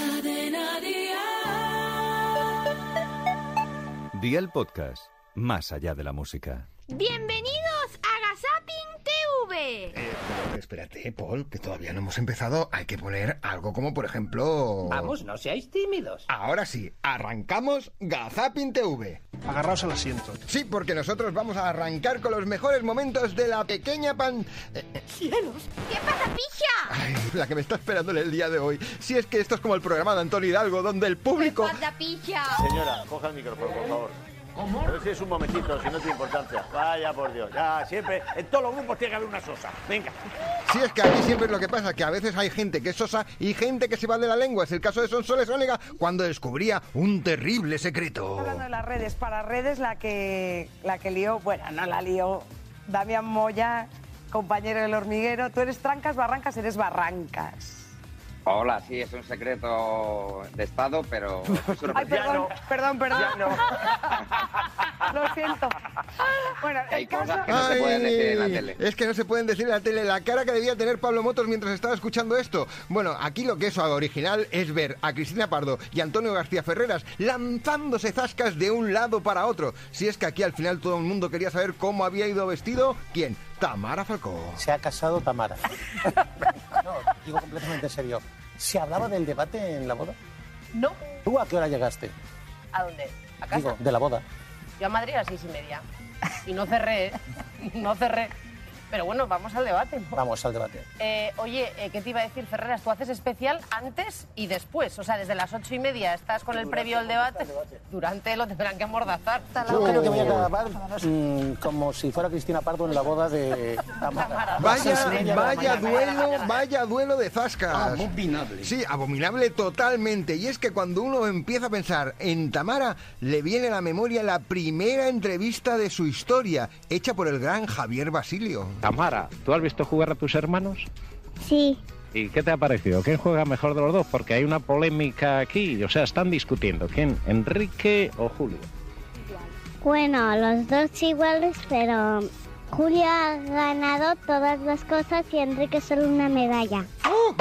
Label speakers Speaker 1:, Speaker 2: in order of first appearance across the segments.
Speaker 1: cadena Dial.
Speaker 2: Dial Podcast, más allá de la música.
Speaker 3: Bienvenidos a Gazapin TV.
Speaker 4: Eh, pero espérate, Paul, que todavía no hemos empezado. Hay que poner algo como, por ejemplo...
Speaker 5: Vamos, no seáis tímidos.
Speaker 4: Ahora sí, arrancamos Gazapin TV.
Speaker 6: Agarraos al asiento.
Speaker 4: Sí, porque nosotros vamos a arrancar con los mejores momentos de la pequeña pan... Eh, eh.
Speaker 3: ¡Cielos! ¿Qué pasa, pija?
Speaker 4: Ay, la que me está esperando en el día de hoy. Si es que esto es como el programa de Antonio Hidalgo, donde el público...
Speaker 3: ¿Qué pasa, pija?
Speaker 7: Señora, coja el micrófono, por favor.
Speaker 4: ¿Cómo?
Speaker 7: Pero si es un momentito, si no tiene importancia. Vaya por Dios. Ya, siempre, en todos los grupos tiene que haber una sosa. Venga.
Speaker 4: Si sí, es que a mí siempre es lo que pasa, que a veces hay gente que es sosa y gente que se va de la lengua. Es el caso de Sonsoles Onega cuando descubría un terrible secreto.
Speaker 8: Hablando de las redes, para redes la que, la que lió, bueno, no la lió, Damián Moya, compañero del hormiguero. Tú eres trancas, barrancas, eres barrancas.
Speaker 9: Hola, sí, es un secreto de Estado, pero...
Speaker 8: Ay, perdón, no. perdón, perdón,
Speaker 9: no.
Speaker 8: Lo siento. Bueno,
Speaker 9: Hay
Speaker 8: el caso...
Speaker 9: cosas que no se pueden decir en la tele.
Speaker 4: Es que no se pueden decir en la tele. La cara que debía tener Pablo Motos mientras estaba escuchando esto. Bueno, aquí lo que es original es ver a Cristina Pardo y Antonio García Ferreras lanzándose zascas de un lado para otro. Si es que aquí al final todo el mundo quería saber cómo había ido vestido, ¿quién? Tamara Falcón.
Speaker 10: Se ha casado Tamara. no, digo completamente serio. ¿Se hablaba del debate en la boda?
Speaker 11: No.
Speaker 10: ¿Tú a qué hora llegaste?
Speaker 11: ¿A dónde? ¿A casa?
Speaker 10: Digo, de la boda.
Speaker 11: Yo a Madrid a las seis y media. Y no cerré, ¿eh? No cerré. Pero bueno, vamos al debate. ¿no?
Speaker 10: Vamos al debate.
Speaker 11: Eh, oye, eh, ¿qué te iba a decir, Ferreras? Tú haces especial antes y después. O sea, desde las ocho y media estás con el previo al debate. debate. Durante lo tendrán que amordazar.
Speaker 10: Yo creo que voy a acabar mmm, como si fuera Cristina Pardo en la boda de Tamara.
Speaker 4: Vaya, vaya duelo, vaya duelo de zascas.
Speaker 10: Abominable.
Speaker 4: Sí, abominable totalmente. Y es que cuando uno empieza a pensar en Tamara, le viene a la memoria la primera entrevista de su historia, hecha por el gran Javier Basilio.
Speaker 12: Tamara, ¿tú has visto jugar a tus hermanos?
Speaker 13: Sí.
Speaker 12: ¿Y qué te ha parecido? ¿Quién juega mejor de los dos? Porque hay una polémica aquí, o sea, están discutiendo. ¿Quién? ¿Enrique o Julio?
Speaker 13: Bueno, los dos iguales, pero Julio ha ganado todas las cosas y Enrique solo una medalla.
Speaker 4: ¡Oh!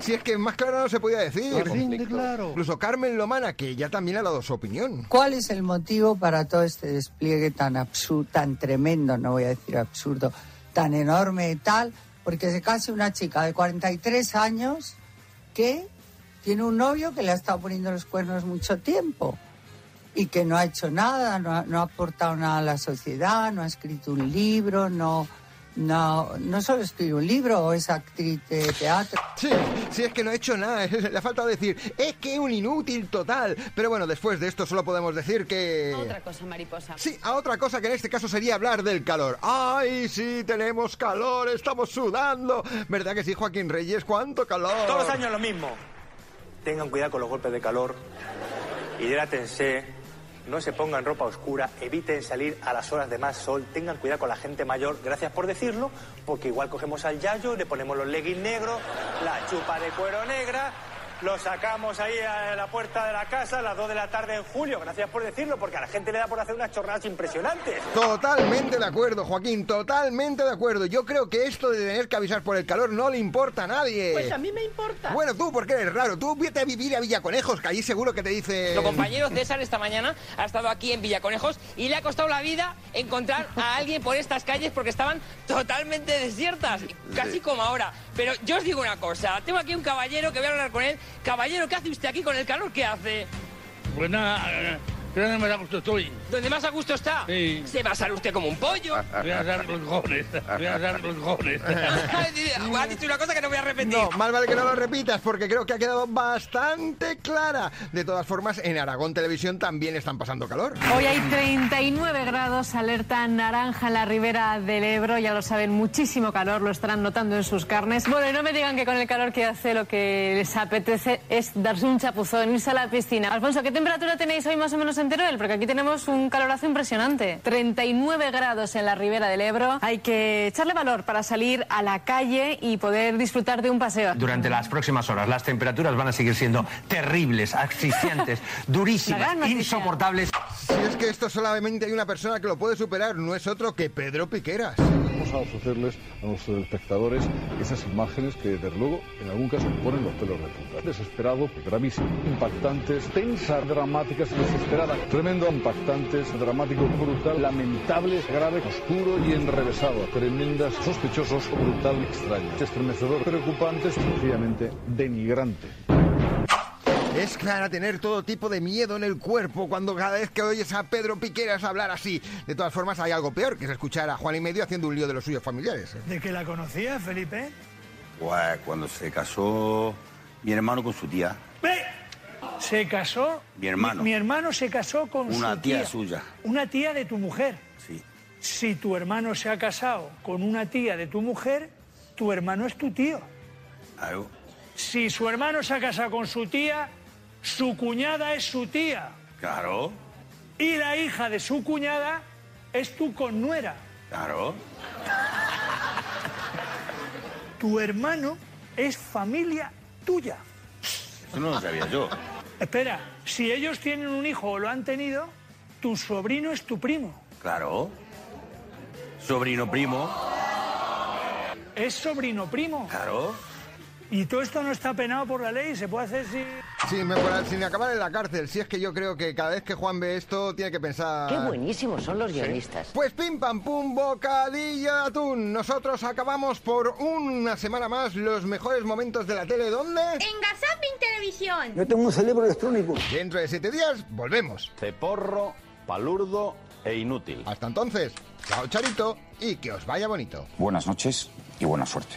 Speaker 4: Si es que más claro no se podía decir.
Speaker 10: Conflicto. Claro.
Speaker 4: Incluso Carmen Lomana, que ya también ha dado su opinión.
Speaker 14: ¿Cuál es el motivo para todo este despliegue tan absurdo, tan tremendo, no voy a decir absurdo, tan enorme y tal, porque se case una chica de 43 años que tiene un novio que le ha estado poniendo los cuernos mucho tiempo y que no ha hecho nada, no ha, no ha aportado nada a la sociedad, no ha escrito un libro, no, no, no solo escribe un libro o es actriz de teatro.
Speaker 4: Sí, sí, es que no ha hecho nada. Le falta decir, es que es un inútil total. Pero bueno, después de esto solo podemos decir que.
Speaker 11: A otra cosa, mariposa.
Speaker 4: Sí, a otra cosa que en este caso sería hablar del calor. ¡Ay, sí, tenemos calor! ¡Estamos sudando! ¿Verdad que sí, Joaquín Reyes? ¡Cuánto calor!
Speaker 7: Todos los años lo mismo. Tengan cuidado con los golpes de calor. Hidrátense no se pongan ropa oscura, eviten salir a las horas de más sol, tengan cuidado con la gente mayor, gracias por decirlo, porque igual cogemos al yayo, le ponemos los leggings negros, la chupa de cuero negra, lo sacamos ahí a la puerta de la casa a las 2 de la tarde en julio, gracias por decirlo, porque a la gente le da por hacer unas chorradas impresionantes.
Speaker 4: Totalmente de acuerdo, Joaquín, totalmente de acuerdo. Yo creo que esto de tener que avisar por el calor no le importa a nadie.
Speaker 11: Pues a mí me importa.
Speaker 4: Bueno, tú, porque eres raro, tú vete a vivir a Villaconejos, que allí seguro que te dice...
Speaker 15: Tu compañero César esta mañana ha estado aquí en Villaconejos y le ha costado la vida encontrar a alguien por estas calles porque estaban totalmente desiertas, casi como ahora. Pero yo os digo una cosa, tengo aquí un caballero que voy a hablar con él Caballero, ¿qué hace usted aquí con el calor que hace?
Speaker 16: Pues nada, ¿dónde más a gusto estoy?
Speaker 15: ¿Dónde más a gusto está?
Speaker 16: Sí.
Speaker 15: Se va a salir usted como un pollo.
Speaker 16: Voy a dar los goles, voy a dar los goles.
Speaker 15: ha dicho una cosa que no voy a repetir.
Speaker 4: No, más vale que no lo repitas porque creo que ha quedado bastante clara. De todas formas, en Aragón Televisión también están pasando calor.
Speaker 17: Hoy hay 39 grados, alerta naranja en la ribera del Ebro. Ya lo saben, muchísimo calor, lo estarán notando en sus carnes. Bueno, y no me digan que con el calor que hace lo que les apetece es darse un chapuzón, irse a la piscina. Alfonso, ¿qué temperatura tenéis hoy más o menos en Teruel? Porque aquí tenemos un un calorazo impresionante. 39 grados en la ribera del Ebro. Hay que echarle valor para salir a la calle y poder disfrutar de un paseo.
Speaker 18: Durante las próximas horas las temperaturas van a seguir siendo terribles, asfixiantes, durísimas, insoportables.
Speaker 4: Si es que esto solamente hay una persona que lo puede superar, no es otro que Pedro Piqueras.
Speaker 6: Vamos
Speaker 19: a ofrecerles a nuestros espectadores esas imágenes que, desde luego, en algún caso ponen los pelos de punta. Desesperado, gravísimo, impactantes, tensa, dramáticas, desesperada, tremendo, impactantes, dramático, brutal, lamentable, grave, oscuro y enrevesado. Tremendas, sospechosos, brutal, extraño, estremecedor, preocupante, sencillamente denigrante.
Speaker 4: Es que van a tener todo tipo de miedo en el cuerpo cuando cada vez que oyes a Pedro Piqueras hablar así. De todas formas, hay algo peor, que es escuchar a Juan y Medio haciendo un lío de los suyos familiares. ¿eh?
Speaker 7: ¿De que la conocía, Felipe?
Speaker 20: Pues cuando se casó mi hermano con su tía,
Speaker 7: ¡Ve! Se casó.
Speaker 20: Mi hermano.
Speaker 7: Mi, mi hermano se casó con
Speaker 20: una
Speaker 7: su
Speaker 20: tía, suya.
Speaker 7: Una tía de tu mujer.
Speaker 20: Sí.
Speaker 7: Si tu hermano se ha casado con una tía de tu mujer, tu hermano es tu tío.
Speaker 20: Claro.
Speaker 7: Si su hermano se ha casado con su tía, su cuñada es su tía.
Speaker 20: Claro,
Speaker 7: Y la hija de su cuñada es tu connuera.
Speaker 20: claro.
Speaker 7: Tu hermano es familia tuya.
Speaker 20: Eso no lo sabía yo.
Speaker 7: Espera, si ellos tienen un hijo o lo han tenido, tu sobrino es tu primo.
Speaker 20: Claro. Sobrino primo.
Speaker 7: Es sobrino primo.
Speaker 20: Claro.
Speaker 7: Y todo esto no está penado por la ley, se puede hacer si...
Speaker 4: Sin, mejorar- sin acabar en la cárcel, si es que yo creo que cada vez que Juan ve esto tiene que pensar...
Speaker 17: Qué buenísimos son los guionistas.
Speaker 4: Pues pim pam pum, bocadillo de atún. Nosotros acabamos por una semana más los mejores momentos de la tele. ¿Dónde?
Speaker 13: Eh.
Speaker 3: En Gazapin Televisión.
Speaker 4: tengo un cerebro electrónico. Dentro de siete días volvemos.
Speaker 21: Ceporro, palurdo e inútil.
Speaker 4: Hasta entonces, chao Charito y que os vaya bonito.
Speaker 21: Buenas noches y buena suerte.